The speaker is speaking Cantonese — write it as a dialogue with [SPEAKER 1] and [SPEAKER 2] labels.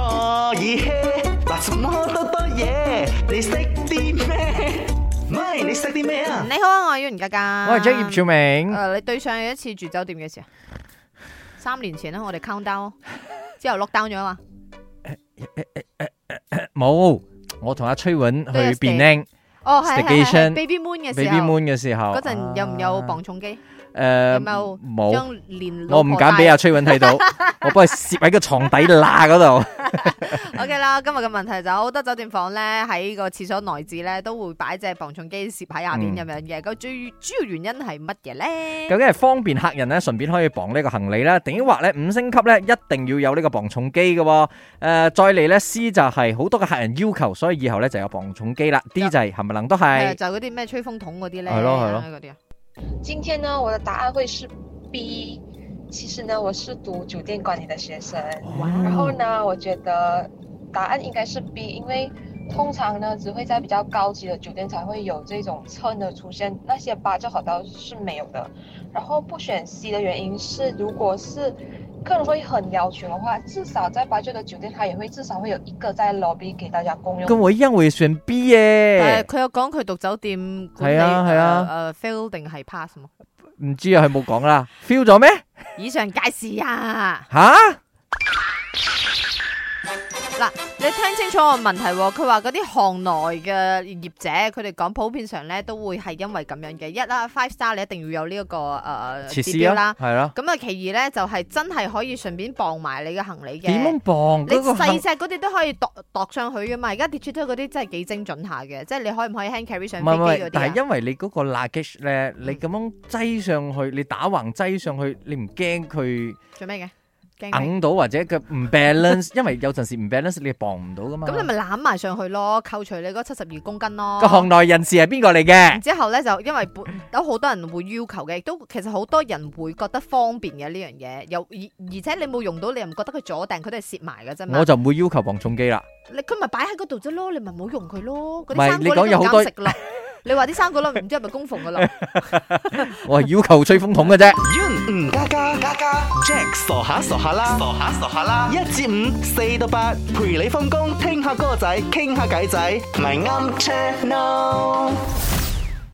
[SPEAKER 1] 我嘢，嗱什麼多多嘢，你識啲咩？咪你識啲咩啊？
[SPEAKER 2] 你好啊，我係袁家家，
[SPEAKER 3] 我係張葉。
[SPEAKER 2] 誒、
[SPEAKER 3] 兆明，
[SPEAKER 2] 你對上一次住酒店嘅時候，啊三年前啦，啊我哋 count down 之後 lock down 咗啊嘛，
[SPEAKER 3] 冇，我同阿崔允去
[SPEAKER 2] Thursday
[SPEAKER 3] Penang
[SPEAKER 2] 哦係係係
[SPEAKER 3] Staycation，
[SPEAKER 2] 係 baby moon 嘅
[SPEAKER 3] Baby
[SPEAKER 2] 時候，
[SPEAKER 3] Moon 嘅時候，
[SPEAKER 2] 嗰陣有唔有磅重機？
[SPEAKER 3] 誒
[SPEAKER 2] 有冇
[SPEAKER 3] 冇，
[SPEAKER 2] 將連
[SPEAKER 3] 我唔敢俾啊阿崔允 睇到，我幫佢攝喺個床底罅嗰度。
[SPEAKER 2] O K 啦，今日嘅問題就好多酒店房咧喺個廁所內置咧都會擺隻磅重機攝喺下邊咁樣嘅，個最主要原因係乜嘢咧？
[SPEAKER 3] 嗯究竟係方便客人咧，順便可以磅呢個行李啦，定抑或咧五星級咧一定要有呢個磅重機嘅喎？誒、再嚟咧 C 就係好多嘅客人要求，所以以後咧就有磅 重機啦。D 就係冚唪能都
[SPEAKER 2] 係啊
[SPEAKER 3] 係。
[SPEAKER 2] 就嗰啲咩吹風筒嗰啲咧，
[SPEAKER 3] 係咯係咯
[SPEAKER 2] 嗰啲啊。
[SPEAKER 4] 今天呢，我的答案会是 B。其实呢，我是读酒店管理的学生，
[SPEAKER 3] 哦
[SPEAKER 4] 然后呢，我觉得答案应该是 B，因为通常呢，只会在比较高级的酒店才会有这种秤的出现，那些八折好到是没有的。然后不选 C 的原因是，如果是客人会很要求的话，至少在八折的酒店，它也会至少会有一个在 lobby 给大家共用。
[SPEAKER 3] 跟我一樣會選 B
[SPEAKER 2] 但係
[SPEAKER 3] 耶，
[SPEAKER 2] 佢有講佢讀酒店管理
[SPEAKER 3] 係啊係啊
[SPEAKER 2] 誒 fail 定係 pass 嘛？
[SPEAKER 3] 唔知啊，佢冇講啦，feel 咗咩？
[SPEAKER 2] 以上皆是啊！
[SPEAKER 3] 吓？
[SPEAKER 2] 嗱，你聽清楚我問題喎，佢話嗰啲行內嘅業者，佢哋講普遍上咧都會係因為咁樣嘅，一啦 five star 你一定要有呢、一個誒
[SPEAKER 3] 設
[SPEAKER 2] 呃指
[SPEAKER 3] 施
[SPEAKER 2] 標啦
[SPEAKER 3] 啊，，係咯。
[SPEAKER 2] 咁啊其二咧就係、真係可以順便磅埋你嘅行李
[SPEAKER 3] 點
[SPEAKER 2] 嘅
[SPEAKER 3] 樣。磅
[SPEAKER 2] 你
[SPEAKER 3] 啊嗰個
[SPEAKER 2] 細
[SPEAKER 3] 行
[SPEAKER 2] 隻嗰啲都可以度度上去噶嘛，而家 digital 嗰啲真係幾精準下嘅，即係你可唔可以 hand carry 上
[SPEAKER 3] 唔
[SPEAKER 2] 飛
[SPEAKER 3] 係唔
[SPEAKER 2] 機
[SPEAKER 3] 係
[SPEAKER 2] 嗰，
[SPEAKER 3] 但係
[SPEAKER 2] 啲啊？嗯
[SPEAKER 3] 因為你嗰個 luggage 咧，你咁樣擠上去，你打橫擠上去，你唔驚佢
[SPEAKER 2] 做咩嘅？驚咩
[SPEAKER 3] 硬啊到或者佢唔 balance，因 為有陣時唔 balance 你磅唔到噶嘛。
[SPEAKER 2] 咁你咪攬埋上去咯，扣除你嗰七十二公斤咯。
[SPEAKER 3] 個行內人士係邊個嚟嘅
[SPEAKER 2] 然？之後咧就因為本
[SPEAKER 3] 嗯
[SPEAKER 2] 有好多人會要求嘅，亦都其實好多人會覺得方便嘅呢樣嘢，又而而且你冇用到，你又唔覺得佢阻定，佢都係攝埋嘅啫嘛
[SPEAKER 3] 我。就唔會要求磅重機啦。
[SPEAKER 2] 你佢咪擺喺嗰度啫咯，你咪冇用佢咯。嗰
[SPEAKER 3] 唔係
[SPEAKER 2] 啲生
[SPEAKER 3] 你
[SPEAKER 2] 果
[SPEAKER 3] 講
[SPEAKER 2] 你
[SPEAKER 3] 有
[SPEAKER 2] 都唔
[SPEAKER 3] 好
[SPEAKER 2] 敢
[SPEAKER 3] 多
[SPEAKER 2] 食咯。你話啲生果粒唔知係咪供奉嘅咯？
[SPEAKER 3] 我係要求吹風筒嘅啫。
[SPEAKER 1] 嗯，加加加加，Jack 傻下傻下啦，傻下傻下啦，一至五，四到八，陪你放工，聽下歌仔，傾下偈仔，咪啱 channel。